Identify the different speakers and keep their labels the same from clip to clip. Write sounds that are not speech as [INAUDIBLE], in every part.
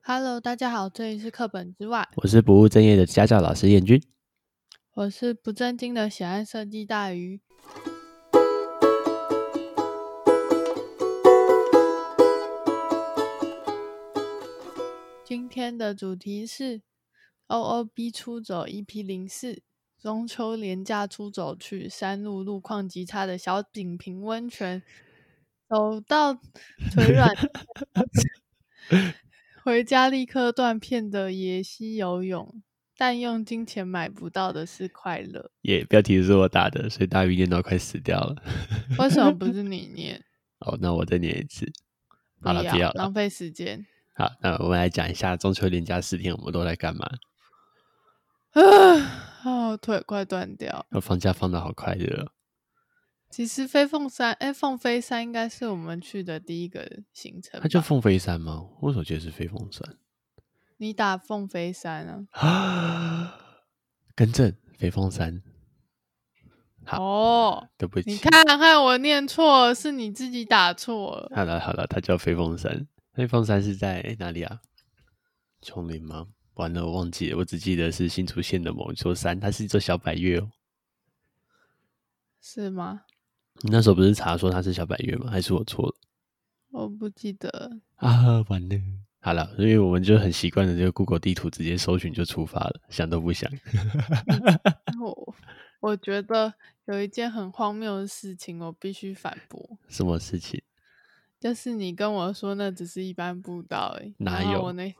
Speaker 1: Hello，大家好，这里是课本之外，
Speaker 2: 我是不务正业的家教老师燕君。
Speaker 1: 我是不正经的喜爱设计大鱼。今天的主题是 O O B 出走 EP 零四，中秋连假出走去山路路况极差的小景平温泉，走到腿软回家立刻断片的野溪游泳，但用金钱买不到的是快乐。
Speaker 2: 耶、标题是我打的，所以大鱼念到快死掉了。 [LAUGHS]
Speaker 1: 为什么不是你念？
Speaker 2: 哦，那我再念一次。 [LAUGHS] 好了，不要了
Speaker 1: 浪。费时间。 [LAUGHS]
Speaker 2: 好，那我们来讲一下中秋连假四天我们都在干嘛。
Speaker 1: 啊，哦，腿快断掉。
Speaker 2: 我放假放的好快乐哦，
Speaker 1: 其实飞凤山，哎、凤飞山应该是我们去的第一个行程吧。
Speaker 2: 它叫凤飞山吗？我怎么记得是飞凤山 [GASPS]
Speaker 1: 你打凤飞山啊？
Speaker 2: 啊？更正，飞凤山。好
Speaker 1: 哦，
Speaker 2: 对不 [LAUGHS]
Speaker 1: 你
Speaker 2: 起。
Speaker 1: 看看我念错了，是你自己打错了。
Speaker 2: 好了好了，它叫飞凤山。飞凤山是在诶哪里啊？琼林吗？完了，我忘记了，我只记得是新竹县的某一座山，它是一座小百岳哦。
Speaker 1: 是吗？
Speaker 2: 你那时候不是查说它是小百月吗？还是我错了
Speaker 1: 我不记得了。
Speaker 2: 啊？完了，好了，因为我们就很习惯的就 Google 地图直接搜寻就出发了，想都不想。
Speaker 1: 我我觉得有一件很荒谬的事情，我必须反驳，
Speaker 2: 什么事情？
Speaker 1: 就是你跟我说那只是一般步道、欸，
Speaker 2: 哪
Speaker 1: 然后
Speaker 2: 有
Speaker 1: 我那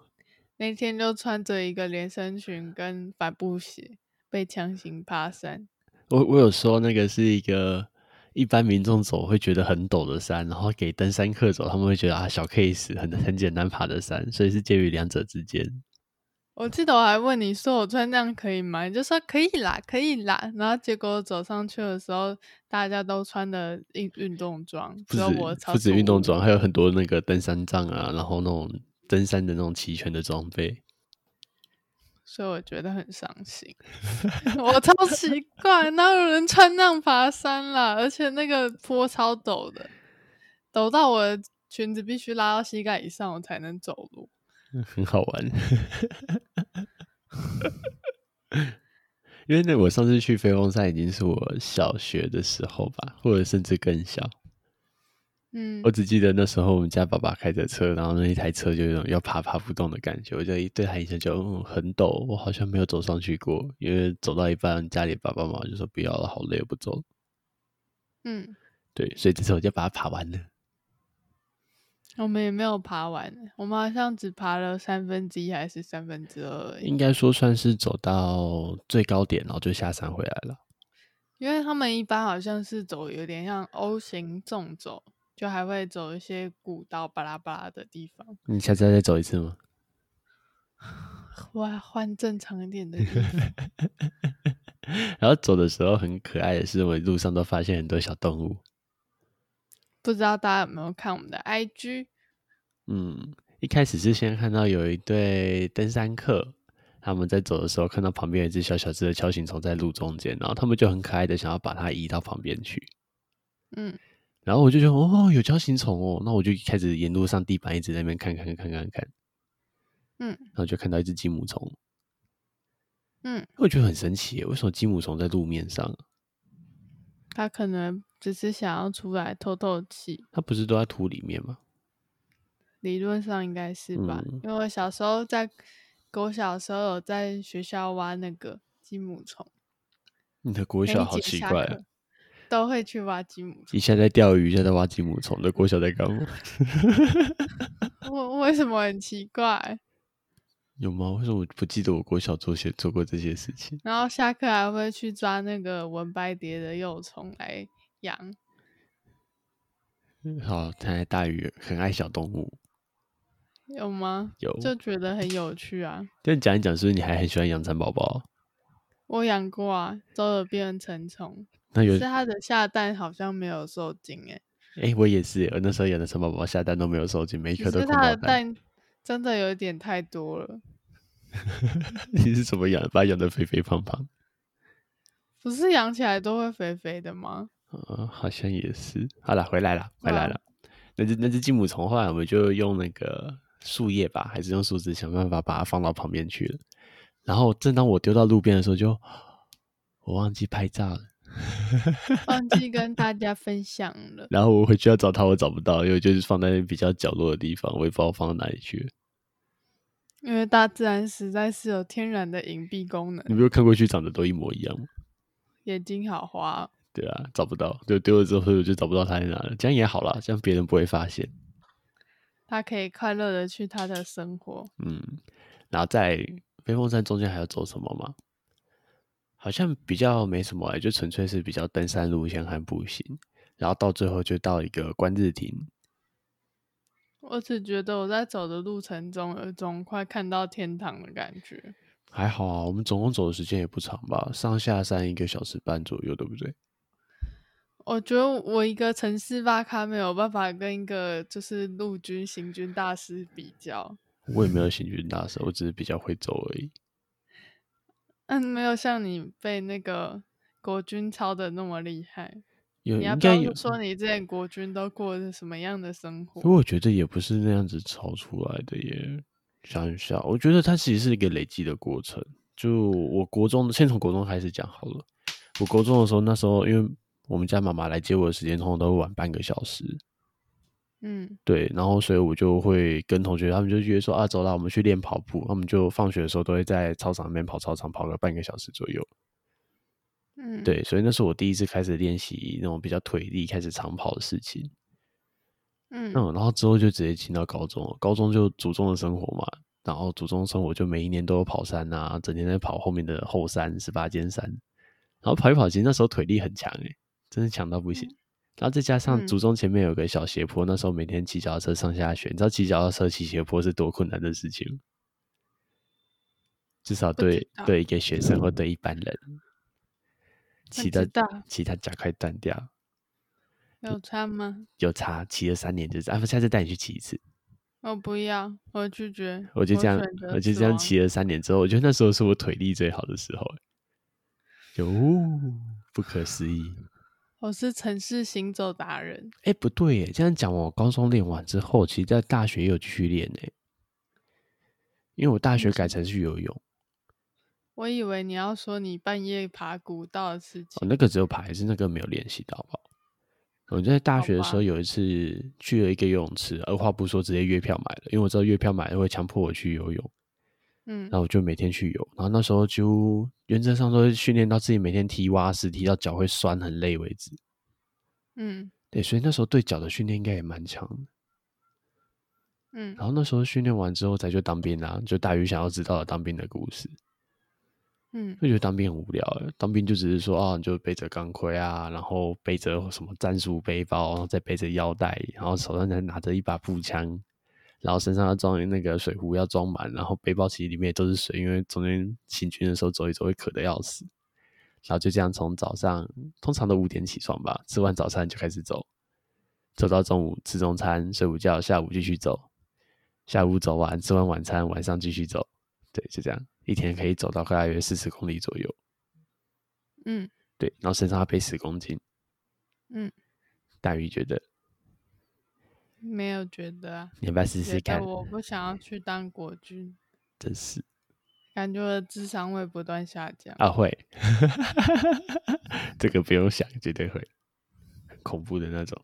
Speaker 1: 那天就穿着一个连身裙跟帆布鞋被强行爬山，
Speaker 2: 我我有说那个是一个一般民众走会觉得很陡的山，然后给登山客走，他们会觉得啊小 case 很很简单爬的山，所以是介于两者之间。
Speaker 1: 我记得我还问你说我穿这样可以吗？你就说可以啦，可以啦。然后结果我走上去的时候，大家都穿的运运动装，
Speaker 2: 不
Speaker 1: 只
Speaker 2: 止
Speaker 1: 有我超
Speaker 2: 不止
Speaker 1: 突
Speaker 2: 运动
Speaker 1: 兀
Speaker 2: 装，还有很多那个登山杖啊，然后那种登山的那种齐全的装备。
Speaker 1: 所以我觉得很伤
Speaker 2: [LAUGHS]
Speaker 1: 心。我超奇怪，哪有人穿那样爬山啦？而且那个坡超陡的，陡到我的裙子必须拉到膝盖以上，我才能走路。
Speaker 2: 很好玩。 [LAUGHS] 因为那我上次去飞凤山已经是我小学的时候吧，或者甚至更小。
Speaker 1: 嗯
Speaker 2: 我，只记得那时候我们家爸爸开着车，然后那一台车就有种要爬爬不动的感觉，我就一对他印象就嗯很陡，我好像没有走上去过，因为走到一半家里爸爸妈妈就说不要了，好累，我不走了。
Speaker 1: 嗯，
Speaker 2: 对，所以这次我就把它爬完了。
Speaker 1: 我们也没有爬完，欸我们好像只爬了三分之一还是三分之二而已，
Speaker 2: 应该说算是走到最高点，然后就下山回来了。
Speaker 1: 因为他们一般好像是走有点像 O 型纵走，就还会走一些古道巴拉巴拉的地方， [LAUGHS]
Speaker 2: 你下次要再走一次吗？
Speaker 1: 我要换正常一点的地方。
Speaker 2: [LAUGHS] 然后走的时候很可爱的是，我们路上都发现很多小动物。
Speaker 1: 不知道大家有没有看我们的 IG？
Speaker 2: 嗯，一开始是先看到有一对登山客，他们在走的时候看到旁边有一只小小只的锹形虫在路中间，然后他们就很可爱的想要把它移到旁边去。
Speaker 1: 嗯，
Speaker 2: 然后我就觉得哦，有锹形虫哦，那我就开始沿路上地板一直在那边看看看看看看，
Speaker 1: 嗯
Speaker 2: 然后就看到一只金母虫，
Speaker 1: 嗯，
Speaker 2: 我觉得很神奇耶，为什么金母虫在路面上啊？
Speaker 1: 他可能只是想要出来透透气，
Speaker 2: 它不是都在土里面吗？
Speaker 1: 理论上应该是吧？
Speaker 2: 嗯
Speaker 1: 因为我小时候在，我小时候有在学校挖那个金母虫，
Speaker 2: 你的国
Speaker 1: 我
Speaker 2: 小好奇怪、啊，
Speaker 1: 都会去挖金母虫。
Speaker 2: 一下在钓鱼，一下在挖金母虫，你的国小在干嘛？ [LAUGHS]
Speaker 1: 我为什么很奇怪？
Speaker 2: 有吗？为什么我不记得我国小做些做过这些事情？
Speaker 1: 然后下课还会去抓那个纹白蝶的幼虫来养。
Speaker 2: 嗯好，看来大鱼很爱小动物。
Speaker 1: 有吗？
Speaker 2: 有，
Speaker 1: 就觉得很有趣啊！
Speaker 2: 但讲一讲，是不是你还很喜欢养蚕宝宝？
Speaker 1: 我养过啊，周耳变成虫，
Speaker 2: 那有
Speaker 1: 可是，啊它的下蛋好像没有受精欸诶、
Speaker 2: 哎、我也是耶，我那时候养的蚕宝宝下蛋都没有收集，每一
Speaker 1: 可
Speaker 2: 颗都
Speaker 1: 是
Speaker 2: 空
Speaker 1: 它
Speaker 2: 包
Speaker 1: 的
Speaker 2: [LAUGHS] 蛋。
Speaker 1: 蛋真的有点太多了，
Speaker 2: 你是怎么养的？把它养的肥肥胖胖？
Speaker 1: 不是养起来都会肥肥的
Speaker 2: [LAUGHS]
Speaker 1: 吗？
Speaker 2: 呃，好像也是。好了，回来了，回来
Speaker 1: 哇
Speaker 2: 了。那只那只金母虫后来我们就用那个树叶吧，还是用树枝想办法把它放到旁边去了。然后正当我丢到路边的时候就，我忘记拍照了。
Speaker 1: 忘记跟大家分享了。
Speaker 2: 然后我回去要找它，我找不到，因为就是放在比较角落的地方，我也不知道放到哪里去了。
Speaker 1: 因为大自然实在是有天然的隐蔽功能
Speaker 2: 你，没有看过去长得都一模一样吗？
Speaker 1: 眼睛好花。哦
Speaker 2: 对啊，找不到，就丢了之后我就找不到它在哪了。这样也好啦，这样别人不会发现。
Speaker 1: 他可以快乐的去他的生活，
Speaker 2: 嗯，然后在飞凤山中间还要走什么吗？好像比较没什么、欸，就纯粹是比较登山路线和步行，然后到最后就到一个观日亭。
Speaker 1: 我只觉得我在走的路程中有一种快看到天堂的感觉。
Speaker 2: 还好啊，我们总共走的时间也不长吧，上下山一个小时半左右，对不对？
Speaker 1: 我觉得我一个城市巴咖没有办法跟一个就是陆军行军大师比较，
Speaker 2: 我也
Speaker 1: [LAUGHS]
Speaker 2: 没有行军大师，我只是比较会走而已。
Speaker 1: 嗯，没有像你被那个国军抄的那么厉害。
Speaker 2: 有
Speaker 1: 你要
Speaker 2: 呃应
Speaker 1: 不
Speaker 2: 该
Speaker 1: 要
Speaker 2: 有，
Speaker 1: 说你之前国军都过着什么样的生
Speaker 2: 可
Speaker 1: 活？
Speaker 2: 我觉得也不是那样子抄出来的耶。想一下，我觉得它其实是一个累积的过程。就我国中，先从国中开始讲好了。我国中的时候，那时候因为我们家妈妈来接我的时间通常都会晚半个小时，
Speaker 1: 嗯，
Speaker 2: 对，然后所以我就会跟同学他们就约说啊，走啦，我们去练跑步。他们就放学的时候都会在操场那边跑操场，跑个半个小时左右。
Speaker 1: 嗯，，
Speaker 2: 对，所以那是我第一次开始练习那种比较腿力、开始长跑的事情。
Speaker 1: 嗯
Speaker 2: 嗯，然后之后就直接进到高中了，高中就祖宗的生活嘛，然后祖宗生活就每一年都有跑山啊，整天在跑后面的后山十八尖山，然后跑一跑，其实那时候腿力很强诶、真是强到不行。然后再加上
Speaker 1: 嗯
Speaker 2: 祖宗前面有个小斜坡，那时候每天骑脚踏车上下学，你知道骑脚踏车骑斜坡是多困难的事情吗？至少
Speaker 1: 不知
Speaker 2: 对
Speaker 1: 道
Speaker 2: 对一个学生或对一般人，骑到
Speaker 1: 知道
Speaker 2: 骑到脚快断掉，
Speaker 1: 有穿吗？
Speaker 2: 有差，骑了三年就是，啊，下次带你去骑一次。
Speaker 1: 我不要，我拒绝。
Speaker 2: 我就这样
Speaker 1: 选，择
Speaker 2: 我就
Speaker 1: 死
Speaker 2: 这样
Speaker 1: 亡
Speaker 2: 骑了三年之后，我觉得那时候是我腿力最好的时候，就呜不可思
Speaker 1: 啊
Speaker 2: 议。
Speaker 1: 我是城市行走达人，
Speaker 2: 哎，不对耶，这样讲我高中练完之后，其实在大学也有继续练哎，因为我
Speaker 1: 嗯
Speaker 2: 大学改成去游泳，
Speaker 1: 我以为你要说你半夜爬古道的事情。
Speaker 2: 哦，那个只有爬，还是那个没有练习到吧？我在大
Speaker 1: 好
Speaker 2: 学的
Speaker 1: 吧
Speaker 2: 时候有一次去了一个游泳池，二话不说直接月票买了，因为我知道月票买了会强迫我去游泳。
Speaker 1: 嗯
Speaker 2: 然后我就每天去游，然后那时候几乎原则上都是训练到自己每天踢蛙式，踢到脚会酸很累为止。
Speaker 1: 嗯
Speaker 2: 对，所以那时候对脚的训练应该也蛮强的。
Speaker 1: 嗯
Speaker 2: 然后那时候训练完之后才去当兵啦、就大鱼想要知道的当兵的故事。
Speaker 1: 嗯
Speaker 2: 就觉得当兵很无聊欸，当兵就只是说啊，你就背着钢盔啊，然后背着什么战术背包，然后再背着腰带，然后手上再拿着一把步枪，然后身上要装那个水壶要装满，然后背包其实里面也都是水，因为中间行军的时候走一走会渴的要死，然后就这样从早上通常都五点起床吧，吃完早餐就开始走，走到中午吃中餐睡午觉，下午继续走，下午走完吃完晚餐晚上继续走，对，就这样，一天可以走到大约四十公里左右。
Speaker 1: 嗯
Speaker 2: 对，然后身上要背十公斤。
Speaker 1: 嗯，
Speaker 2: 大鱼觉得
Speaker 1: 没有觉得啊，
Speaker 2: 你要不要试
Speaker 1: 觉
Speaker 2: 试看
Speaker 1: 得？我不想要去当国军，
Speaker 2: 真是
Speaker 1: 感觉我的智商会不断下降。
Speaker 2: 啊，会， [LAUGHS] 这个不用想，绝对会，很恐怖的那种。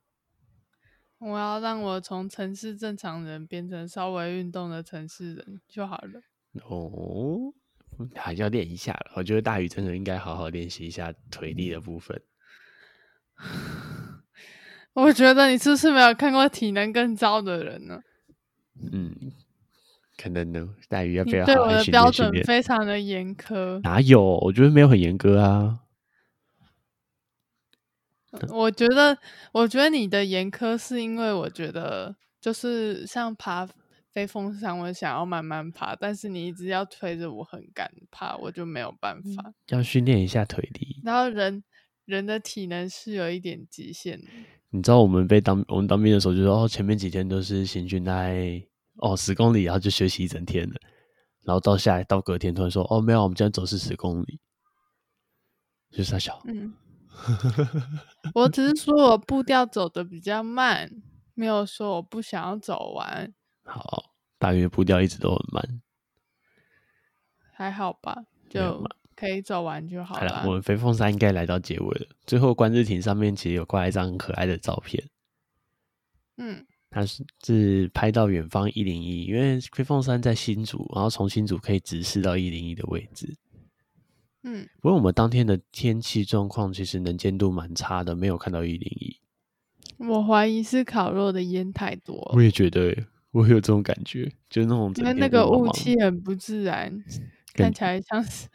Speaker 1: 我要让我从城市正常人变成稍微运动的城市人就好了。
Speaker 2: 哦，还要练一下了。我觉得大鱼真的应该好好练习一下腿力的部分。
Speaker 1: 我觉得你是不是没有看过体能更糟的人呢？
Speaker 2: 嗯，可能呢，大鱼要
Speaker 1: 你
Speaker 2: 不要
Speaker 1: 对
Speaker 2: 好
Speaker 1: 我
Speaker 2: 好
Speaker 1: 的
Speaker 2: 训
Speaker 1: 标
Speaker 2: 练训
Speaker 1: 准
Speaker 2: 练？啊
Speaker 1: 非常的严苛，
Speaker 2: 哪有？我觉得没有很严格啊。
Speaker 1: 我觉得，我觉得你的严苛是因为我觉得，就是像爬飞风山，我想要慢慢爬，但是你一直要推着我很赶爬，我就没有办法。
Speaker 2: 要训练一下腿力。
Speaker 1: 然后人人的体能是有一点极限的，
Speaker 2: 你知道我们被当我们当兵的时候，就说哦，前面几天都是行军大概哦十公里，然后就休息一整天了，然后到下来到隔天突然说哦没有，我们今天走是十公里，就是他小，
Speaker 1: 嗯，我只是说我步调走的比较慢，没有说我不想要走完。
Speaker 2: 好，大约步调一直都很慢。
Speaker 1: 还好吧，
Speaker 2: 没有
Speaker 1: 就
Speaker 2: 嘛
Speaker 1: 可以走完就好
Speaker 2: 好了，
Speaker 1: 了
Speaker 2: 我。们飞凤山应该来到结尾了。最后观日亭上面其实有挂一张很可爱的照片，
Speaker 1: 嗯，
Speaker 2: 它是是拍到远方一零一，因为飞凤山在新竹，然后从新竹可以直视到一零一的位置。
Speaker 1: 嗯，
Speaker 2: 不过我们当天的天气状况其实能见度蛮差的，没有看到一零一。
Speaker 1: 我怀疑是烤肉的烟太多了
Speaker 2: 我，也觉得，欸我有这种感觉，就是那种
Speaker 1: 因
Speaker 2: 整
Speaker 1: 为
Speaker 2: 天
Speaker 1: 那个
Speaker 2: 雾
Speaker 1: 雾
Speaker 2: 茫茫
Speaker 1: 气很不自然，
Speaker 2: 感
Speaker 1: 看起来像是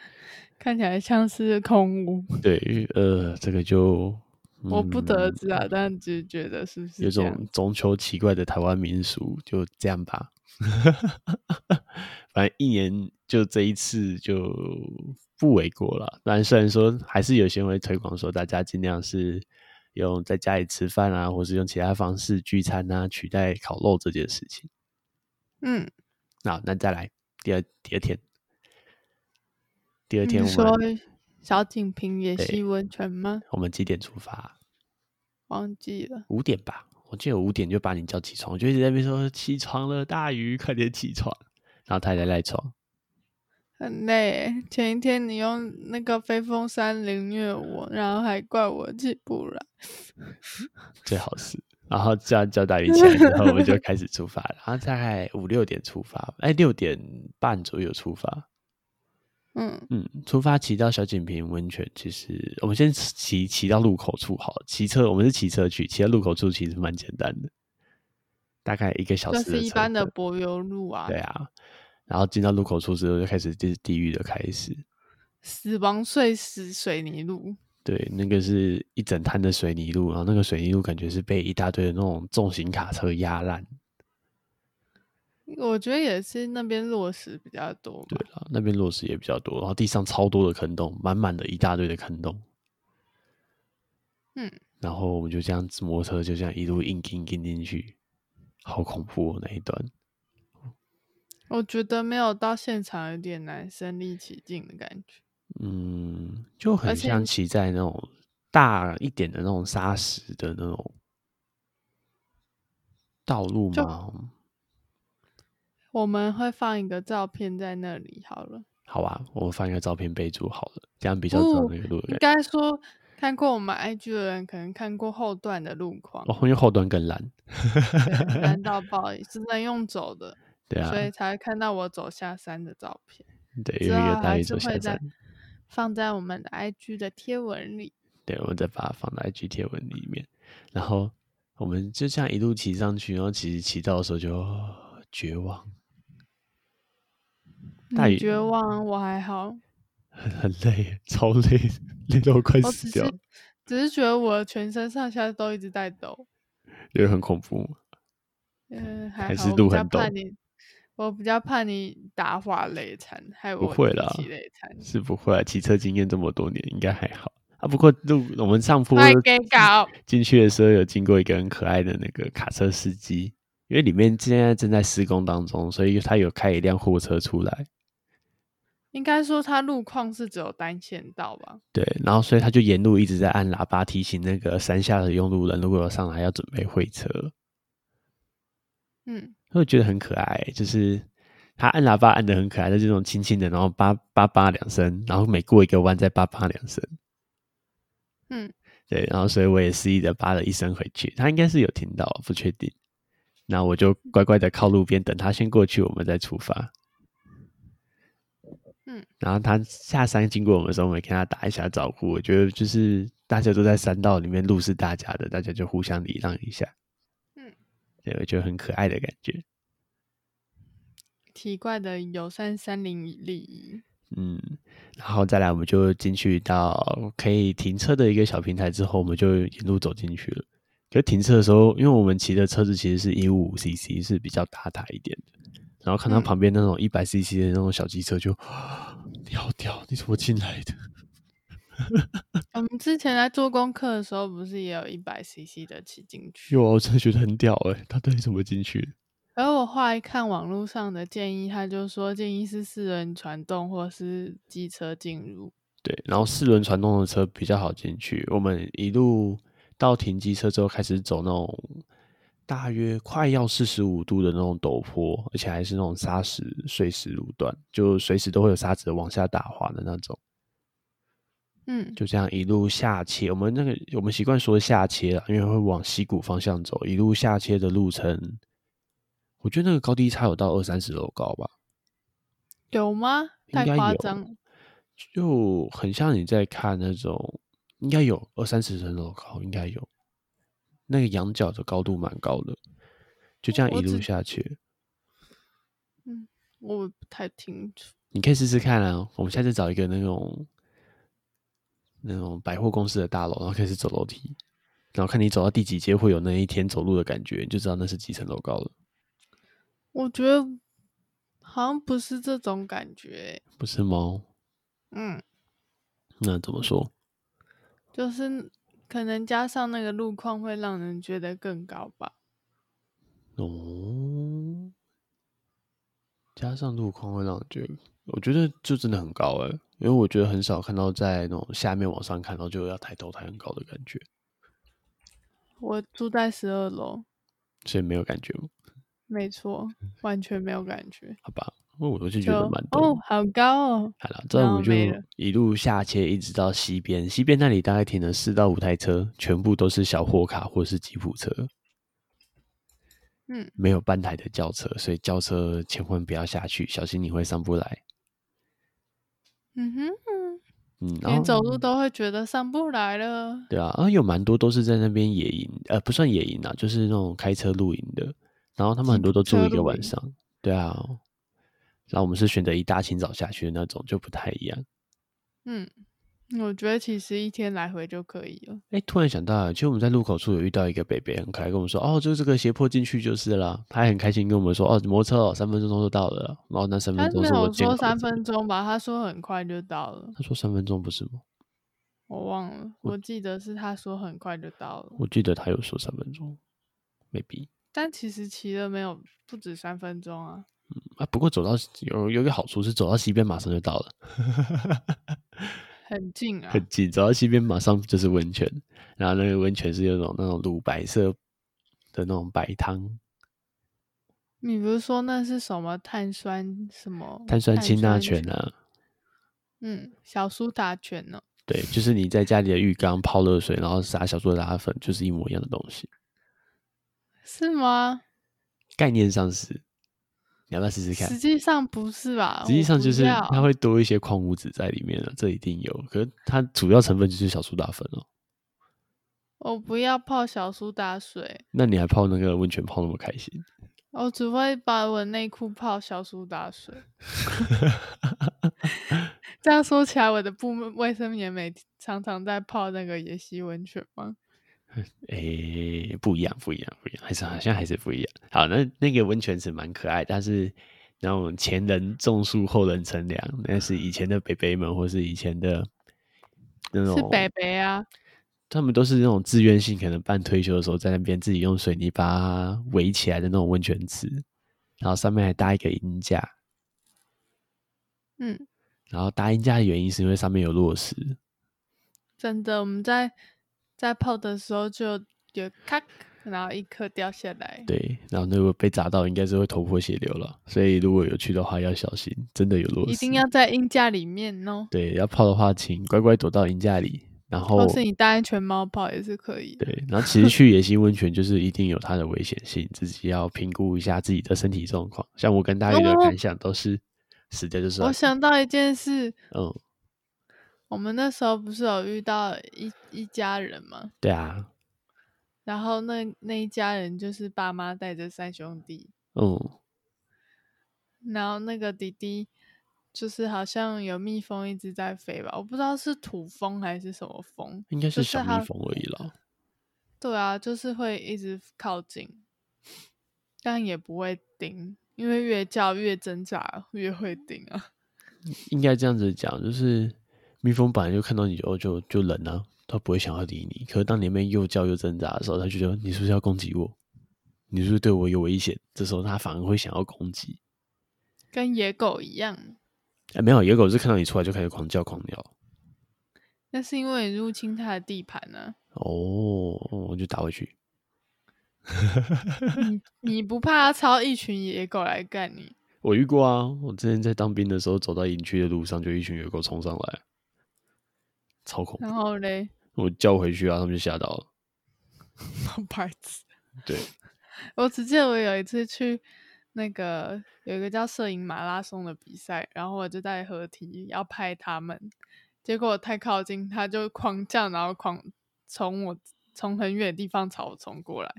Speaker 1: 看起来像是空屋，
Speaker 2: 对，呃，这个就、
Speaker 1: 我不得而
Speaker 2: 嗯
Speaker 1: 知啊，但只是觉得是不是
Speaker 2: 有
Speaker 1: 这样
Speaker 2: 种中秋奇怪的台湾民俗，就这样吧。 [LAUGHS] 反正一年就这一次，就不为过了。但虽然说还是有些人会推广说，大家尽量是用在家里吃饭啊，或是用其他方式聚餐啊，取代烤肉这件事情。
Speaker 1: 嗯，
Speaker 2: 那那再来第二第二天，第二
Speaker 1: 嗯你
Speaker 2: 天我
Speaker 1: 说
Speaker 2: 们
Speaker 1: 小景平野溪
Speaker 2: 对
Speaker 1: 温泉吗？
Speaker 2: 我们几点出发啊？
Speaker 1: 忘记了，
Speaker 2: 五点吧，我记得五点就把你叫起床，我就一直在那边说起床了，大鱼，快点起床。然后他也赖床，
Speaker 1: 很累欸。前一天你用那个飞风山凌虐我，然后还怪我起不来。
Speaker 2: 最好是。然后叫叫大鱼起来之后，我们就开始出发了。然后大概五六点出发，哎，六点半左右出发。
Speaker 1: 嗯
Speaker 2: 嗯，出发骑到小锦屏温泉，其实我们先骑骑到路口处好了。骑车我们是骑车去，骑到路口处其实蛮简单的，大概一个小
Speaker 1: 就
Speaker 2: 时的车
Speaker 1: 是
Speaker 2: 程。
Speaker 1: 一般的柏油路啊，
Speaker 2: 对啊。然后进到路口处之后，就开始就是地狱的开始。
Speaker 1: 死亡碎石水泥路，
Speaker 2: 对，那个是一整滩的水泥路，然后那个水泥路感觉是被一大堆的那种重型卡车压烂。
Speaker 1: 我觉得也是那边落石比较多
Speaker 2: 对
Speaker 1: 吧。
Speaker 2: 了，那边落石也比较多，然后地上超多的坑洞，满满的一大堆的坑洞。
Speaker 1: 嗯，
Speaker 2: 然后我们就这样子摩托车就这样一路硬硬硬进去，好恐怖哦那一段。
Speaker 1: 我觉得没有到现场有点难身临其境的感觉。
Speaker 2: 嗯，就很
Speaker 1: 且
Speaker 2: 像骑在那种大一点的那种砂石的那种道路
Speaker 1: 就
Speaker 2: 吗？
Speaker 1: 我们会放一个照片在那里好了。
Speaker 2: 好吧，我放一个照片备注好了，这样比较知道
Speaker 1: 不
Speaker 2: 那个路的
Speaker 1: 哦应
Speaker 2: 感觉。
Speaker 1: 该说，看过我们 IG 的人可能看过后段的路况，
Speaker 2: 哦，因 [LAUGHS] 为后端更烂。
Speaker 1: 对难道不好意思，只能用走的，
Speaker 2: 对啊
Speaker 1: 所，以才会看到我走下山的照片。
Speaker 2: 对，有一
Speaker 1: 之
Speaker 2: 个
Speaker 1: 后
Speaker 2: 大
Speaker 1: 啊还
Speaker 2: 鱼
Speaker 1: 是
Speaker 2: 走下
Speaker 1: 会在
Speaker 2: 山，
Speaker 1: 放在我们的 IG 的贴文里。
Speaker 2: 对，我再把它放在 G 贴文里面。然后我们就这样一路骑上去，然后其实骑到的时候就绝望，大
Speaker 1: 你
Speaker 2: 雨
Speaker 1: 绝望，我还
Speaker 2: [LAUGHS]
Speaker 1: 好，
Speaker 2: 很很累，超累，累到我快
Speaker 1: 我
Speaker 2: 死
Speaker 1: 哦只
Speaker 2: 掉
Speaker 1: 是，只是觉得我全身上下都一直在抖。
Speaker 2: 因为很恐怖。
Speaker 1: 嗯，还
Speaker 2: 还
Speaker 1: 好，
Speaker 2: 是
Speaker 1: 我
Speaker 2: 路
Speaker 1: 比较
Speaker 2: 很
Speaker 1: 怕
Speaker 2: 陡
Speaker 1: 你，我比较怕你打滑累残，害
Speaker 2: 不
Speaker 1: 我
Speaker 2: 会
Speaker 1: 自
Speaker 2: 啦
Speaker 1: 己累残。
Speaker 2: 是不会、啊，骑车经验这么多年，应该还好啊。不过路我们上坡
Speaker 1: 快给搞！
Speaker 2: 进去的时候，有经过一个很可爱的那个卡车司机，因为里面现在正在施工当中，所以他有开一辆货车出来。
Speaker 1: 应该说它路况是只有单线道吧？
Speaker 2: 对，然后所以他就沿路一直在按喇叭提醒那个山下的用路人，如果有上来要准备会车，
Speaker 1: 嗯，
Speaker 2: 我觉得很可爱，就是他按喇叭按的很可爱，就是这种轻轻的，然后叭叭叭两声，然后每过一个弯再叭叭两声，
Speaker 1: 嗯，
Speaker 2: 对，然后所以我也肆意的叭了一声回去，他应该是有听到，不确定。那我就乖乖的靠路边等他先过去，我们再出发。
Speaker 1: 嗯，
Speaker 2: 然后他下山经过我们的时候，我们也跟他打一下招呼。我觉得就是大家都在山道里面，路是大家的，大家就互相礼让一下。
Speaker 1: 嗯，
Speaker 2: 对，我觉得很可爱的感觉。
Speaker 1: 奇怪的友善山林礼仪。
Speaker 2: 嗯，然后再来，我们就进去到可以停车的一个小平台之后，我们就沿路走进去了。可是停车的时候，因为我们骑的车子其实是一五五 CC，是比较大台一点的。然后看到
Speaker 1: 嗯
Speaker 2: 旁边那种一百 CC 的那种小机车就， [GASPS] 你好屌，你怎么进来的？
Speaker 1: 我们嗯之前来做功课的时候，不是也有一百 CC 的骑进去？
Speaker 2: 哟，我真的觉得很屌哎、他到底怎么进去的？
Speaker 1: 而我后来看网络上的建议，他就说建议是四人传动或是机车进入。
Speaker 2: 对，然后四轮传动的车比较好进去。我们一路到停机车之后，开始走那种大约快要四十五度的那种陡坡，而且还是那种砂石碎石路段，就随时都会有沙子往下打滑的那种。
Speaker 1: 嗯，
Speaker 2: 就这样一路下切，我们那个我们习惯说下切啦，因为会往溪谷方向走，一路下切的路程，我觉得那个高低差有到二三十楼高吧，
Speaker 1: 有吗？太
Speaker 2: 应该
Speaker 1: 夸
Speaker 2: 有
Speaker 1: 张了，
Speaker 2: 就很像你在看那种，应该有二三十层楼高，应该有那个羊角的高度蛮高的，就这样
Speaker 1: 我
Speaker 2: 一路
Speaker 1: 只
Speaker 2: 下切，
Speaker 1: 我不太清楚。
Speaker 2: 你可以试试看啊，我们下次找一个那种那种百货公司的大楼，然后开始走楼梯，然后看你走到第几阶会有那一天走路的感觉，你就知道那是几层楼高了。
Speaker 1: 我觉得好像不是这种感觉、
Speaker 2: 不是吗？
Speaker 1: 嗯，
Speaker 2: 那怎么说？
Speaker 1: 就是可能加上那个路况会让人觉得更高吧。
Speaker 2: 哦，加上路况会让人觉得，我觉得就真的很高哎、因为我觉得很少看到在那种下面往上看到就要抬头抬很高的感觉，
Speaker 1: 我住在十二楼，
Speaker 2: 所以没有感觉吗？
Speaker 1: 没
Speaker 2: [LAUGHS]
Speaker 1: 错，完全没有感觉，
Speaker 2: 好吧，因为我都是
Speaker 1: 就
Speaker 2: 觉得蛮多的。
Speaker 1: 哦，好高哦，
Speaker 2: 好了，这样
Speaker 1: 然
Speaker 2: 我
Speaker 1: 后
Speaker 2: 们就
Speaker 1: 没了
Speaker 2: 一路下切，一直到西边。西边那里大概停了四到五台车，全部都是小货卡或是吉普车。
Speaker 1: 嗯，
Speaker 2: 没有半台的轿车，所以轿车千万不要下去，小心你会上不来。
Speaker 1: 嗯哼，
Speaker 2: 嗯，然
Speaker 1: 连
Speaker 2: 后
Speaker 1: 走路都会觉得上不来了。
Speaker 2: 对啊，啊有蛮多都是在那边野营，呃，不算野营啊，就是那种开车露营的。然后他们很多都住
Speaker 1: 车
Speaker 2: 一个
Speaker 1: 露
Speaker 2: 晚
Speaker 1: 营
Speaker 2: 上，对啊。然后我们是选择一大清早下去的那种，就不太一样。
Speaker 1: 嗯，我觉得其实一天来回就可以了。
Speaker 2: 哎，突然想到，其实我们在路口处有遇到一个北北，很可爱，跟我们说，哦，就这个斜坡进去就是啦。他还很开心跟我们说，哦，摩托车哦三分钟就到了啦。然后那三
Speaker 1: 他
Speaker 2: 分钟
Speaker 1: 没
Speaker 2: 是我
Speaker 1: 有
Speaker 2: 煎
Speaker 1: 说
Speaker 2: 熬的
Speaker 1: 三
Speaker 2: 时间
Speaker 1: 分钟吧，他说很快就到了，
Speaker 2: 他说三分钟不是吗？
Speaker 1: 我忘了，我记得是他说很快就到了，
Speaker 2: 我记得他有说三分钟，maybe
Speaker 1: 但其实骑了没有不止三分钟啊。
Speaker 2: 啊。不过走到有有一个好处是，走到西边马上就到了， [LAUGHS]
Speaker 1: 很近啊，
Speaker 2: 很近。走到西边马上就是温泉，然后那个温泉是有种那种乳白色的那种白汤，
Speaker 1: 你不是说那是什么碳酸什么
Speaker 2: 碳酸氢钠泉
Speaker 1: 泉？
Speaker 2: 啊。
Speaker 1: 嗯，小苏打哦泉呢？
Speaker 2: 对，就是你在家里的浴缸泡热水，然后撒小苏打粉，就是一模一样的东西。
Speaker 1: 是吗？
Speaker 2: 概念上是，你要不要试试看？
Speaker 1: 实际上不是吧？
Speaker 2: 实际
Speaker 1: 啊我
Speaker 2: 上
Speaker 1: 不
Speaker 2: 就是
Speaker 1: 要
Speaker 2: 它会多一些矿物质在里面了，这一定有。可是它主要成分就是小苏打粉哦。
Speaker 1: 我不要泡小苏打水，
Speaker 2: 那你还泡那个温泉泡那么开心？
Speaker 1: 我只会哦把我内裤泡小苏打水。
Speaker 2: [LAUGHS]
Speaker 1: 这样说起来，我的部门卫生棉每常常在泡那个野溪温泉吗？
Speaker 2: 诶、不一样，不一样，不一样，还是好像还是不一样。好，那那个温泉池蛮可爱，但是那种前人种树，后人乘凉，那是以前的北北们，或是以前的那种
Speaker 1: 是北北啊，
Speaker 2: 他们都是那种自愿性，可能半退休的时候在那边自己用水泥把它围起来的那种温泉池，然后上面还搭一个银架，
Speaker 1: 嗯，
Speaker 2: 然后搭银架的原因是因为上面有落石，
Speaker 1: 真的，我们在在泡的时候就有咔，然后一颗掉下来。
Speaker 2: 对，然后如果被砸到应该是会头破血流了，所以如果有去的话要小心，真的有落石，
Speaker 1: 一定要在硬架里面哦，
Speaker 2: 对，要泡的话请乖乖躲到银架里，然后
Speaker 1: 或是你戴安全帽泡也是可以的。
Speaker 2: 哦对，然后其实去野溪温泉就是一定有它的危险性，自己要评估一下自己的身体状况，像我跟大玉的
Speaker 1: 哦
Speaker 2: 感想都是死掉哦就是啊
Speaker 1: 我
Speaker 2: 要
Speaker 1: 想到一件事，
Speaker 2: 嗯。
Speaker 1: 我们那时候不是有遇到一一家人吗？
Speaker 2: 对啊，
Speaker 1: 然后那那一家人就是爸妈带着三兄弟，
Speaker 2: 嗯，
Speaker 1: 然后那个弟弟就是好像有蜜蜂一直在飞吧，我不知道是土蜂还是什么蜂。
Speaker 2: 应该是
Speaker 1: 就
Speaker 2: 小
Speaker 1: 是
Speaker 2: 蜜
Speaker 1: 它
Speaker 2: 蜂而已啦。
Speaker 1: 对啊，就是会一直靠近，但也不会叮，因为越叫越挣扎，越会叮啊。
Speaker 2: 应该这样子讲，就是蜜蜂本来就看到你就就就冷啊，它不会想要理你。可是当你们又叫又挣扎的时候，它就觉得你是不是要攻击我？你是不是对我有危险？这时候它反而会想要攻击。
Speaker 1: 跟野狗一样。
Speaker 2: 哎，没有，野狗是看到你出来就开始狂叫狂叫。
Speaker 1: 啊那是因为你入侵它的地盘呢、
Speaker 2: 哦哦，我就打回去。
Speaker 1: 你你不怕他超一群野狗来干你？
Speaker 2: 我遇过啊，我之前在当兵的时候，走到营区的路上，就一群野狗冲上来，超恐怖。
Speaker 1: 然后嘞，
Speaker 2: 我叫回去啊，他们就吓到了。
Speaker 1: 白痴！
Speaker 2: 对，
Speaker 1: [LAUGHS] 我只记得我有一次去那个有一个叫摄影马拉松的比赛，然后我就在合体要拍他们，结果我太靠近，他就狂叫，然后狂从我从很远的地方朝我冲过来。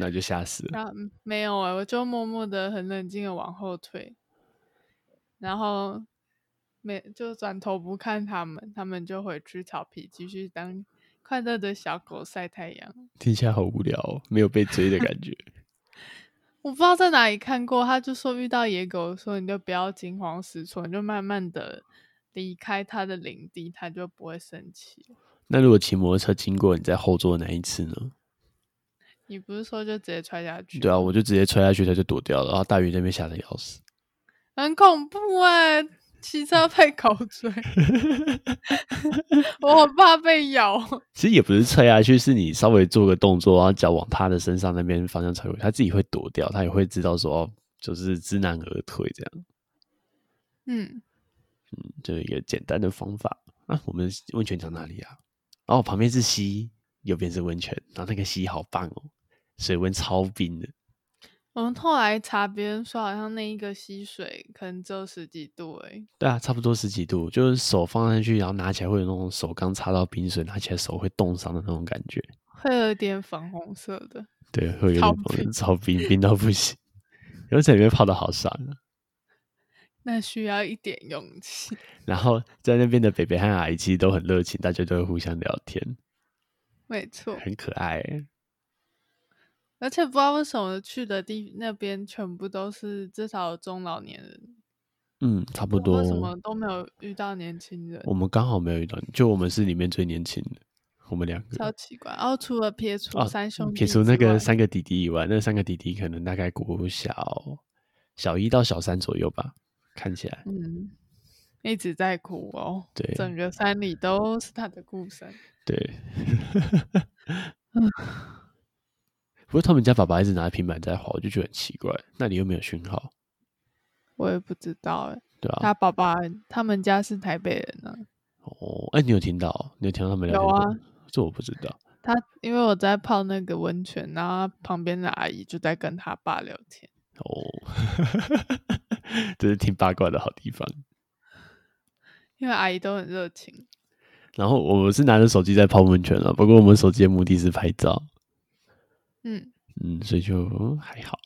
Speaker 2: 那就吓死了。
Speaker 1: 那没有哎、我就默默的很冷静的往后退，然后没就转头不看他们，他们就回去草皮继续当快乐的小狗晒太阳。
Speaker 2: 听起来好无聊、哦，没有被追的感觉。 [LAUGHS]
Speaker 1: 我不知道在哪里看过，他就说遇到野狗的时候，你就不要惊慌失措，你就慢慢的离开它的领地，它就不会生气了。
Speaker 2: 那如果骑摩托车经过你在后座的那一次呢？
Speaker 1: 你不是说就直接踹下去？
Speaker 2: 对啊，我就直接摔下去，他就躲掉了。然后大鱼那边吓得要死。
Speaker 1: 很恐怖哎、骑车被狗
Speaker 2: [LAUGHS]
Speaker 1: 追，我好怕被咬。哦
Speaker 2: 其实也不是踹下去，是你稍微做个动作，然后脚往他的身上那边方向踩过去，他自己会躲掉，他也会知道说，哦就是知难而退这样。
Speaker 1: 嗯，
Speaker 2: 嗯，就是一个简单的方法。啊，我们温泉讲哪里啊？哦，旁边是溪，右边是温泉，然后那个溪好棒哦，水温超冰的。
Speaker 1: 我们后来查别人说，好像那一个溪水可能只有十几度哎、
Speaker 2: 对啊，差不多十几度，就是手放上去，然后拿起来会有那种手刚擦到冰水，拿起来手会冻伤的那种感觉。
Speaker 1: 会有点粉红色的。
Speaker 2: 对，会有
Speaker 1: 超
Speaker 2: 点
Speaker 1: 冰
Speaker 2: 冰，超冰，冰到不行。然后在里面泡的好爽啊！
Speaker 1: 那需要一点勇气。
Speaker 2: 然后在那边的北北和阿姨其实都很热情，大家都会互相聊天，
Speaker 1: 没错，
Speaker 2: 很可爱欸。
Speaker 1: 而且不知道为什么去的地那边全部都是至少有中老年人，
Speaker 2: 嗯，差不
Speaker 1: 不知道
Speaker 2: 多
Speaker 1: 为。什么都没有遇到年轻人，
Speaker 2: 我们刚好没有遇到你，就我们是里面最年轻的，我们两个
Speaker 1: 超。奇怪。然后除了撇除
Speaker 2: 哦
Speaker 1: 三兄弟、
Speaker 2: 撇除那个，三个弟弟以外，那三个弟弟可能大概国小小一到小三左右吧，看起来。
Speaker 1: 嗯，一直在哭哦。
Speaker 2: 对
Speaker 1: 整个山里都是他的故事。
Speaker 2: 对。
Speaker 1: 嗯
Speaker 2: [LAUGHS] 不过他们家爸爸一直拿平板在滑，我就觉得很奇怪，那里又没有讯号，
Speaker 1: 我也不知道哎，
Speaker 2: 对吧、
Speaker 1: 他爸爸他们家是台北人啊呢、
Speaker 2: 哦，哎、你有听到？你有听到他们聊
Speaker 1: 有
Speaker 2: 天
Speaker 1: 啊
Speaker 2: 吗？这我不知道。
Speaker 1: 他因为我在泡那个温泉，然后旁边的阿姨就在跟他爸聊天。
Speaker 2: 哦， [LAUGHS] 这是听八卦的好地方。
Speaker 1: 因为阿姨都很热情，
Speaker 2: 然后我们是拿着手机在泡温泉了，不过我们手机的目的是拍照，
Speaker 1: 嗯，
Speaker 2: 嗯，所以就嗯还好。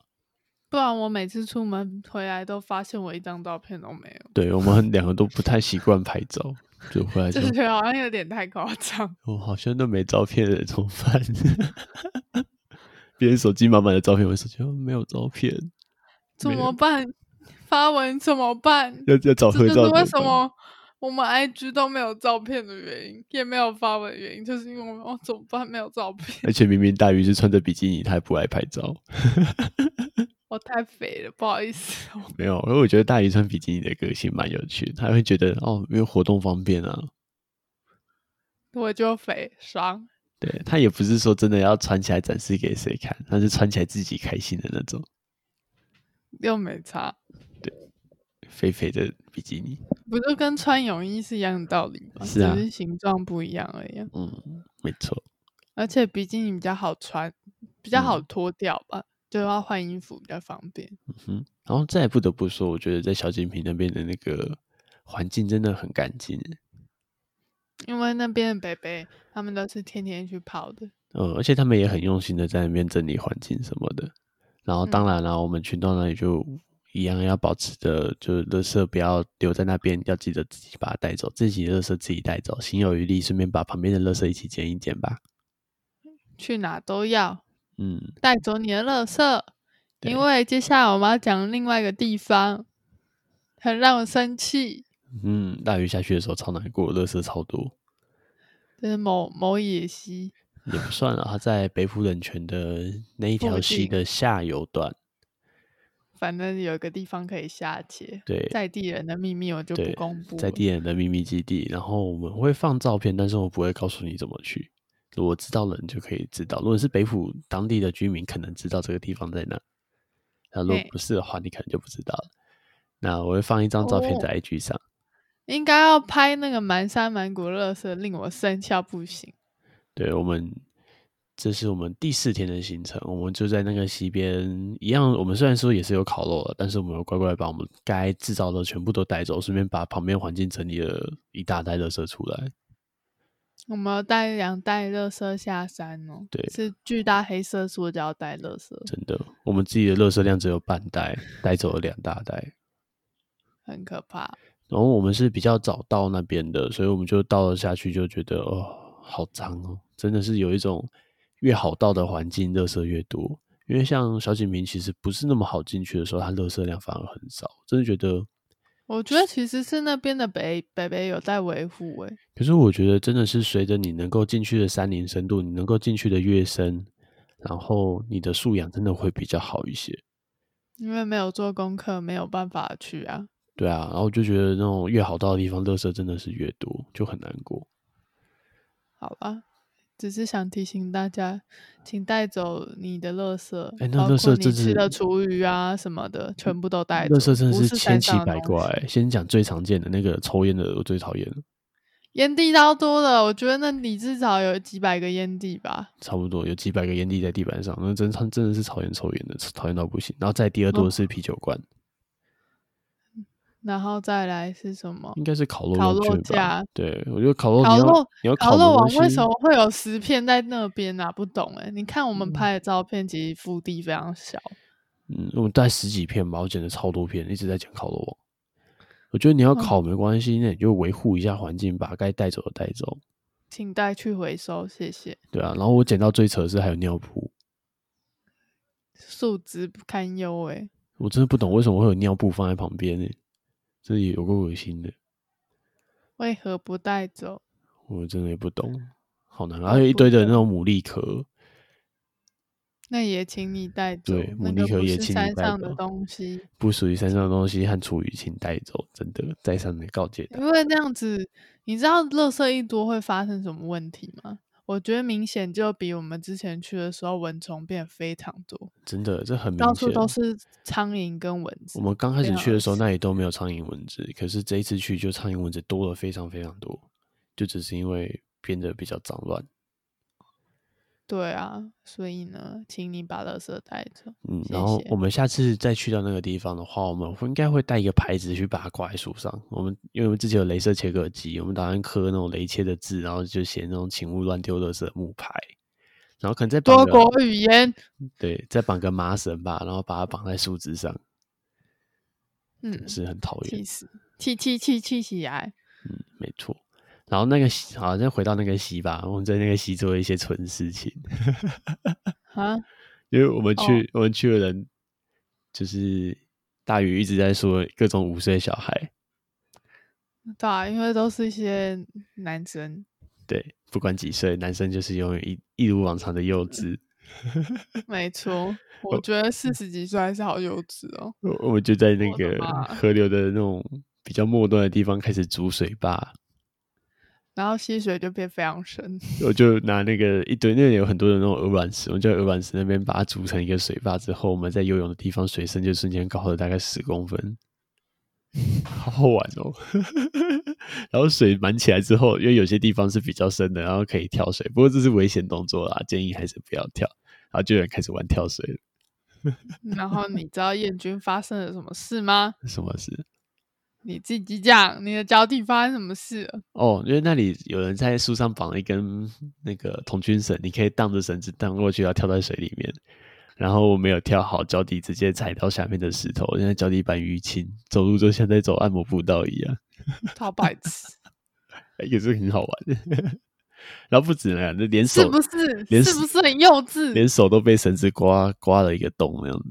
Speaker 1: 不然我每次出门回来都发现我一张照片都没有，
Speaker 2: 对我们两个都不太习惯拍照， [LAUGHS] 就回来就
Speaker 1: 就觉得好像有点太夸张。
Speaker 2: 我好像都没照片了，怎么办？ [LAUGHS] 别人手机满满的照片，我手机哦没有照片，
Speaker 1: 怎
Speaker 2: 没有
Speaker 1: 么办？发文怎么办？
Speaker 2: 要要找
Speaker 1: 这
Speaker 2: 合
Speaker 1: 就是
Speaker 2: 照。
Speaker 1: 为什？么我们 IG 都没有照片的原因，也没有发文的原因，就是因为我们哦怎么办没有照片，
Speaker 2: 而且明明大鱼是穿着比基尼，他也不爱拍照。
Speaker 1: 我太肥了，不好意思哦。
Speaker 2: 没有，因为我觉得大鱼穿比基尼的个性蛮有趣的，他会觉得哦，因为活动方便啊。
Speaker 1: 我就肥爽，
Speaker 2: 对他也不是说真的要穿起来展示给谁看，他是穿起来自己开心的那种
Speaker 1: 又没差，
Speaker 2: 肥肥的比基尼。
Speaker 1: 不就跟穿泳衣是一样的道理吗？
Speaker 2: 是啊
Speaker 1: 只是形状不一样而已啊。
Speaker 2: 嗯，没错。
Speaker 1: 而且比基尼比较好穿，比较好
Speaker 2: 嗯
Speaker 1: 脱掉吧，就要换衣服比较方便。
Speaker 2: 嗯，然后再不得不说，我觉得在小金平那边的那个环境真的很干净耶，
Speaker 1: 因为那边的北北他们都是天天去跑的，
Speaker 2: 呃，而且他们也很用心的在那边整理环境什么的。然后当然啦，我们去到那里就一样要保持着，就是垃圾不要留在那边，要记得自己把它带走，自己的垃圾自己带走，心有余力，顺便把旁边的垃圾一起捡一捡吧。
Speaker 1: 去哪都要
Speaker 2: 嗯，
Speaker 1: 带走你的垃圾。
Speaker 2: 对
Speaker 1: 因为接下来我们要讲另外一个地方，很让我生气，
Speaker 2: 嗯，大雨下去的时候超难过，垃圾超多，
Speaker 1: 就是某某野溪，
Speaker 2: 也不算啊了。它在北浦冷泉的那一条
Speaker 1: 附
Speaker 2: 溪
Speaker 1: 近
Speaker 2: 的下游段，
Speaker 1: 反正有一个地方可以下切。
Speaker 2: 对，
Speaker 1: 在地人的秘密我就不
Speaker 2: 对
Speaker 1: 公布了，
Speaker 2: 在地人的秘密基地。然后我们会放照片，但是我不会告诉你怎么去。我知道人就可以知道。如果是北浦当地的居民，可能知道这个地方在哪；那如果
Speaker 1: 对
Speaker 2: 不是的话，你可能就不知道了。那我会放一张照片
Speaker 1: 哦
Speaker 2: 在 IG 上。
Speaker 1: 应该要拍那个满山满谷乐色，令我生笑不行。
Speaker 2: 对我们，这是我们第四天的行程，我们就在那个溪边一样。我们虽然说也是有烤肉了，但是我们有乖乖把我们该制造的全部都带走，顺便把旁边环境整理了一大袋垃圾出来。
Speaker 1: 我们要带两袋乐色下山哦，
Speaker 2: 对
Speaker 1: 是巨大黑色塑胶袋乐色，
Speaker 2: 真的，我们自己的垃圾量只有半袋，带走了两大袋。
Speaker 1: 很可怕。
Speaker 2: 然后我们是比较早到那边的，所以我们就到了下去，就觉得哦，好脏哦，真的是有一种越好到的环境，垃圾越多。因为像小景平其实不是那么好进去的时候，它垃圾量反而很少，真的觉得。
Speaker 1: 我觉得其实是那边的北北北有在维护欸诶，
Speaker 2: 可是我觉得真的是随着你能够进去的山林深度，你能够进去的越深，然后你的素养真的会比较好一些。
Speaker 1: 因为没有做功课，没有办法去啊。
Speaker 2: 对啊，然后就觉得那种越好到的地方，垃圾真的是越多，就很难过。
Speaker 1: 好吧，只是想提醒大家，请带走你的垃圾，
Speaker 2: 哎那
Speaker 1: 包
Speaker 2: 垃
Speaker 1: 括
Speaker 2: 圾
Speaker 1: 你
Speaker 2: 真
Speaker 1: 吃
Speaker 2: 是
Speaker 1: 的厨余啊什么的，全部都带走。
Speaker 2: 垃圾真的
Speaker 1: 不
Speaker 2: 是
Speaker 1: 是山
Speaker 2: 千奇
Speaker 1: 上的
Speaker 2: 百
Speaker 1: 东
Speaker 2: 怪、
Speaker 1: 西
Speaker 2: 先讲最常见的那个抽烟的，我最讨厌了，
Speaker 1: 烟蒂超多的，我觉得那里至少有几百个烟蒂吧。
Speaker 2: 差不多有几百个烟蒂在地板上，那真他真的是讨厌抽烟的，讨厌到不行。然后再第二多的
Speaker 1: 嗯
Speaker 2: 是啤酒罐，
Speaker 1: 然后再来是什么？
Speaker 2: 应该是烤肉
Speaker 1: 烤
Speaker 2: 用
Speaker 1: 肉
Speaker 2: 具吧
Speaker 1: 架？
Speaker 2: 对，我觉得烤肉
Speaker 1: 烤
Speaker 2: 你要
Speaker 1: 肉
Speaker 2: 你要
Speaker 1: 烤
Speaker 2: 的
Speaker 1: 肉
Speaker 2: 东
Speaker 1: 网为
Speaker 2: 西
Speaker 1: 什么会有十片在那边啊？不懂哎、你看我们拍的照片，其实腹地非常小。
Speaker 2: 嗯，我带十几片吧，我剪了超多片，一直在讲烤肉网。我觉得
Speaker 1: 嗯
Speaker 2: 你要烤没关系，那你就维护一下环境，把该带走的带走，
Speaker 1: 请带去回收，谢谢。
Speaker 2: 对啊。然后我捡到最扯的是还有尿布，
Speaker 1: 素质不堪忧哎、
Speaker 2: 我真的不懂为什么会有尿布放在旁边呢、这也有够恶心的。
Speaker 1: 为何不带走？
Speaker 2: 我真的也不懂，好难啊。
Speaker 1: 我
Speaker 2: 还有一
Speaker 1: 不
Speaker 2: 堆的那种牡蛎壳，
Speaker 1: 那也请你带走，
Speaker 2: 对，
Speaker 1: 那
Speaker 2: 牡
Speaker 1: 个
Speaker 2: 蛎壳
Speaker 1: 不是
Speaker 2: 也请你
Speaker 1: 山
Speaker 2: 带
Speaker 1: 上
Speaker 2: 走
Speaker 1: 的东西，
Speaker 2: 不属于山上的东西和厨余，请带走。真的，在上面告诫他。
Speaker 1: 因为那样子，你知道垃圾一多会发生什么问题吗？我觉得明显就比我们之前去的时候蚊虫变得非常多，
Speaker 2: 真的，这很
Speaker 1: 到
Speaker 2: 明
Speaker 1: 处
Speaker 2: 显。
Speaker 1: 都是苍蝇跟蚊子
Speaker 2: 我。们刚开始
Speaker 1: 非常
Speaker 2: 去的时候，
Speaker 1: 恶
Speaker 2: 那里都没有苍蝇蚊子，可是这一次去就苍蝇蚊子多了非常非常多，就只是因为变得比较脏乱。
Speaker 1: 对啊，所以呢，请你把垃圾带走。
Speaker 2: 嗯，
Speaker 1: 谢
Speaker 2: 然后
Speaker 1: 谢
Speaker 2: 我们下次再去到那个地方的话，我们会应该会带一个牌子去把它挂在树上。我们因为我们之前有镭射切割机，我们打算刻那种雷切的字，然后就写那种“请勿乱丢垃圾”的木牌，然后可能再绑
Speaker 1: 多
Speaker 2: 个
Speaker 1: 国语言，
Speaker 2: 对，再绑个麻绳吧，然后把它绑在树枝上，
Speaker 1: 嗯，
Speaker 2: 是很讨厌
Speaker 1: 气。死，气气气气起来。
Speaker 2: 嗯，没错。然后那个溪，好，再回到那个溪吧，我们在那个溪做了一些蠢事情。
Speaker 1: 啊，
Speaker 2: 因为我们
Speaker 1: 哦
Speaker 2: 去、我们去的人，就是大鱼一直在说各种五岁小孩，
Speaker 1: 对啊，因为都是一些男生，
Speaker 2: 对，不管几岁，男生就是永远一一如往常的
Speaker 1: 嗯
Speaker 2: 幼稚。
Speaker 1: 没
Speaker 2: [LAUGHS]
Speaker 1: 错。我觉得
Speaker 2: 嗯
Speaker 1: 四十几岁还是好幼稚哦。
Speaker 2: 我我们就在那
Speaker 1: 我的
Speaker 2: 个
Speaker 1: 妈
Speaker 2: 河流的那种比较末端的地方开始煮水坝，
Speaker 1: 然后吸水就变非常深， [LAUGHS]
Speaker 2: 我就拿那个一堆，那里有很多的那种鹅卵石，我就在鹅卵石那边把它煮成一个水坝之后，我们在游泳的地方水深就瞬间高了大概十公分，好好玩哦。 [LAUGHS] 然后水满起来之后，因为有些地方是比较深的，然后可以跳水，不过这是危险动作啦，建议还是不要跳。然后就有人开始玩跳水了，
Speaker 1: 然后你知道燕君发生了什么事吗？
Speaker 2: 什么事？
Speaker 1: 你自己讲，你的脚底发生什么事了？
Speaker 2: 哦，因为那里有人在树上绑了一根那个童军绳，你可以荡着绳子荡过去，要跳在水里面。然后我没有跳好，脚底直接踩到下面的石头，现在脚底板淤青，走路就像在走按摩步道一样，哎
Speaker 1: 超白
Speaker 2: [LAUGHS]
Speaker 1: 痴，
Speaker 2: 也是很好玩。 [LAUGHS] 然后不止那样，那连
Speaker 1: 是
Speaker 2: 手
Speaker 1: 不是？
Speaker 2: 连
Speaker 1: 是不是很幼稚？
Speaker 2: 连手都被绳子刮刮了一个洞那样子。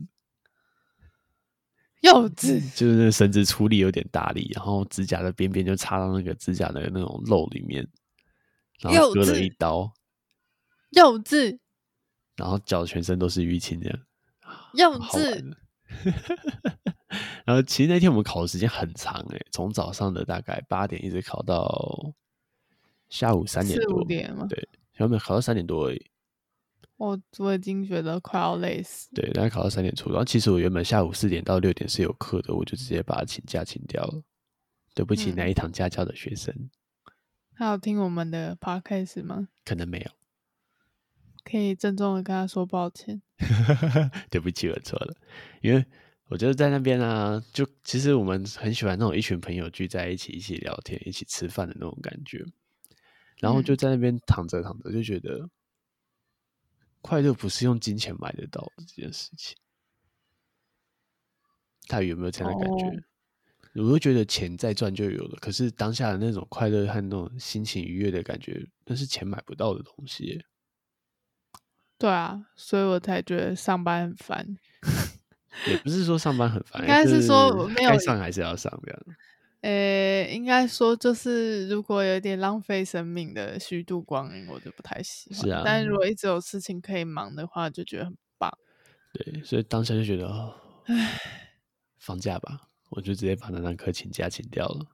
Speaker 1: 幼稚，
Speaker 2: 就是那个绳子出力有点大力，然后指甲的边边就插到那个指甲的那种肉里面，然后
Speaker 1: 幼
Speaker 2: 割了
Speaker 1: 稚
Speaker 2: 一刀，
Speaker 1: 幼稚，
Speaker 2: 然后脚全身都是淤青这样。
Speaker 1: 幼
Speaker 2: 好玩
Speaker 1: 稚，
Speaker 2: 的 [LAUGHS] 然后其实那天我们考的时间很长诶、从早上的大概八点一直考到下午三点
Speaker 1: 四
Speaker 2: 多
Speaker 1: 五，点吗？嗯
Speaker 2: 对，小美考到三点多而已，
Speaker 1: 我我已经觉得快要累死。
Speaker 2: 对，大概考到三点出。然后其实我原本下午四点到六点是有课的，我就直接把他请假请掉了。对不起，
Speaker 1: 嗯
Speaker 2: 那一堂家教的学生、
Speaker 1: 他有听我们的 podcast 吗？
Speaker 2: 可能没有。
Speaker 1: 可以郑重的跟他说抱歉。
Speaker 2: [LAUGHS] 对不起，我错了，因为我觉得在那边啊，就其实我们很喜欢那种一群朋友聚在一起，一起聊天，一起吃饭的那种感觉。然后就在那边躺着躺着，就觉得快乐不是用金钱买得到的这件事情。他有没有这样的感觉？
Speaker 1: 哦
Speaker 2: 我会觉得钱再赚就有了，可是当下的那种快乐和那种心情愉悦的感觉，那是钱买不到的东西耶。
Speaker 1: 对啊，所以我才觉得上班很烦。
Speaker 2: 也不是说上班很烦，
Speaker 1: 应该
Speaker 2: 就是
Speaker 1: 说我没有
Speaker 2: 该上还是要上这样。
Speaker 1: 诶、应该说就是，如果有点浪费生命的虚度光阴，我就不太喜欢。
Speaker 2: 是啊
Speaker 1: 但如果一直有事情可以忙的话，就觉得很棒。
Speaker 2: 对，所以当下就觉得，哦、放假吧，我就直接把那堂课请假请掉了。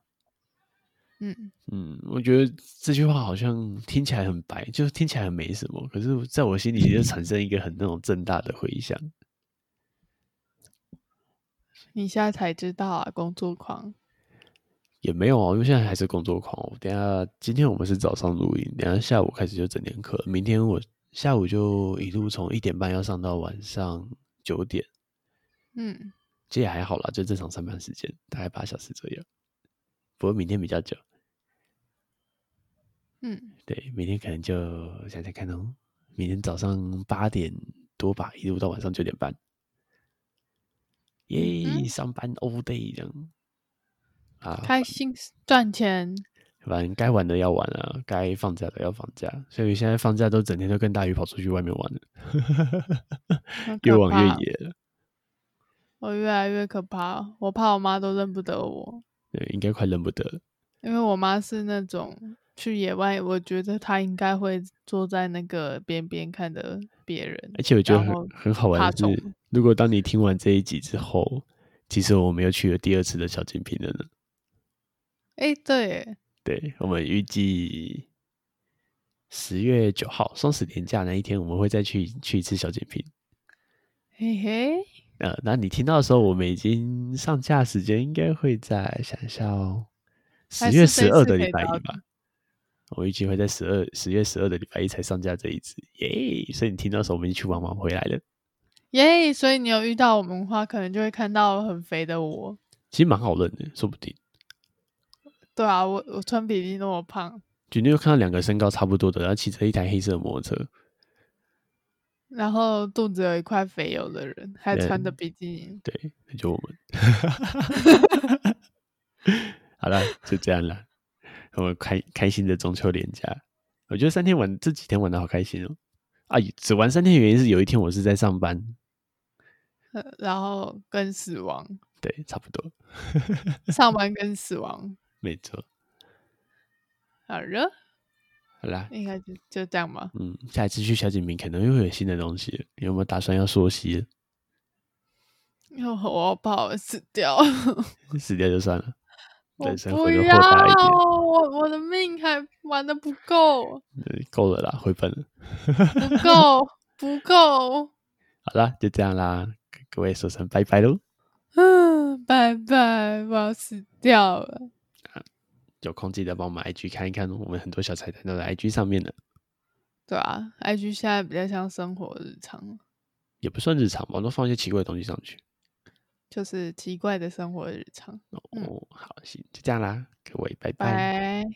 Speaker 1: 嗯，
Speaker 2: 嗯，我觉得这句话好像听起来很白，就听起来很没什么，可是在我心里
Speaker 1: 嗯
Speaker 2: 就产生一个很那种正大的回响。
Speaker 1: 你现在才知道啊，工作狂。
Speaker 2: 也没有啊，因为现在还是工作狂。我等一下今天我们是早上录音，等一下下午开始就整点课，明天我下午就一路从一点半要上到晚上九点。
Speaker 1: 嗯，
Speaker 2: 这也还好啦，就正常上班时间，大概八小时左右。不过明天比较久，
Speaker 1: 嗯，
Speaker 2: 对，明天可能就想想看哦，明天早上八点多吧，一路到晚上九点半，耶、
Speaker 1: 嗯哼
Speaker 2: 上班 all day 这样啊，
Speaker 1: 开心赚钱，
Speaker 2: 反正该玩的要玩啊，该放假的要放假，所以现在放假都整天都跟大鱼跑出去外面玩了，
Speaker 1: 好
Speaker 2: [LAUGHS] 越
Speaker 1: 可
Speaker 2: 玩越
Speaker 1: 怕
Speaker 2: 野了，
Speaker 1: 我越来越可怕了，我怕我妈都认不得我，
Speaker 2: 对，应该快认不得了。
Speaker 1: 因为我妈是那种去野外，我觉得她应该会坐在那个边边看着别人，
Speaker 2: 而且我觉得
Speaker 1: 然后
Speaker 2: 很很好玩
Speaker 1: 怕
Speaker 2: 的是
Speaker 1: 虫，
Speaker 2: 如果当你听完这一集之后，其实我们又去了第二次的小精品了呢。
Speaker 1: 诶，对耶，
Speaker 2: 对，我们预计十月九号双十连假那一天，我们会再去去一次小精品。
Speaker 1: 嘿嘿，
Speaker 2: 呃，那你听到的时候，我们已经上架时间应该会在想一下哦，十
Speaker 1: 还
Speaker 2: 月
Speaker 1: 是这
Speaker 2: 十
Speaker 1: 一
Speaker 2: 二
Speaker 1: 次可
Speaker 2: 的礼
Speaker 1: 以
Speaker 2: 拜
Speaker 1: 到
Speaker 2: 一吧。我预计会在十二十月十二的礼拜一才上架这一支，耶！所以你听到的时候，我们已经去玩完回来了。
Speaker 1: 耶！所以你有遇到我们的话，可能就会看到很肥的我。
Speaker 2: 其实蛮好认的，说不定。
Speaker 1: 对啊，我我穿比基尼那么胖，
Speaker 2: 就你就看到两个身高差不多的，然后骑着一台黑色的摩托车，
Speaker 1: 然后肚子有一块肥油的人，还穿着比基尼。
Speaker 2: 对，那就我们。好了，就这样了。我们开开心的中秋连假，我觉得三天玩这几天玩的好开心哦。啊，只玩三天的原因是有一天我是在上班，
Speaker 1: 呃然后跟死亡
Speaker 2: 对，差不多，
Speaker 1: 上班跟死亡，
Speaker 2: 没错。
Speaker 1: 好热，
Speaker 2: 好啦，
Speaker 1: 应该就就这样吧。
Speaker 2: 嗯，下一次去小景明可能又会有新的东西了，你有没有打算要溯溪了？
Speaker 1: 因为我怕我死掉，
Speaker 2: 死掉就算了，
Speaker 1: 我
Speaker 2: 人生活
Speaker 1: 不
Speaker 2: 就豁
Speaker 1: 要，
Speaker 2: 达一点，
Speaker 1: 我我的命还玩的不够，
Speaker 2: 嗯够了啦，回本了。
Speaker 1: 不够，不够。 [LAUGHS]
Speaker 2: 好啦，就这样啦，跟各位说声拜拜喽。
Speaker 1: 嗯，拜拜，我要死掉了。
Speaker 2: 有空记得帮我们 IG 看一看哦，我们很多小彩蛋都在 IG 上面的，
Speaker 1: 对啊，IG 现在比较像生活日常，
Speaker 2: 也不算日常吧，我都放一些奇怪的东西上去。
Speaker 1: 就是奇怪的生活日常。嗯
Speaker 2: 哦，好，行，就这样啦，各位，拜拜
Speaker 1: 拜。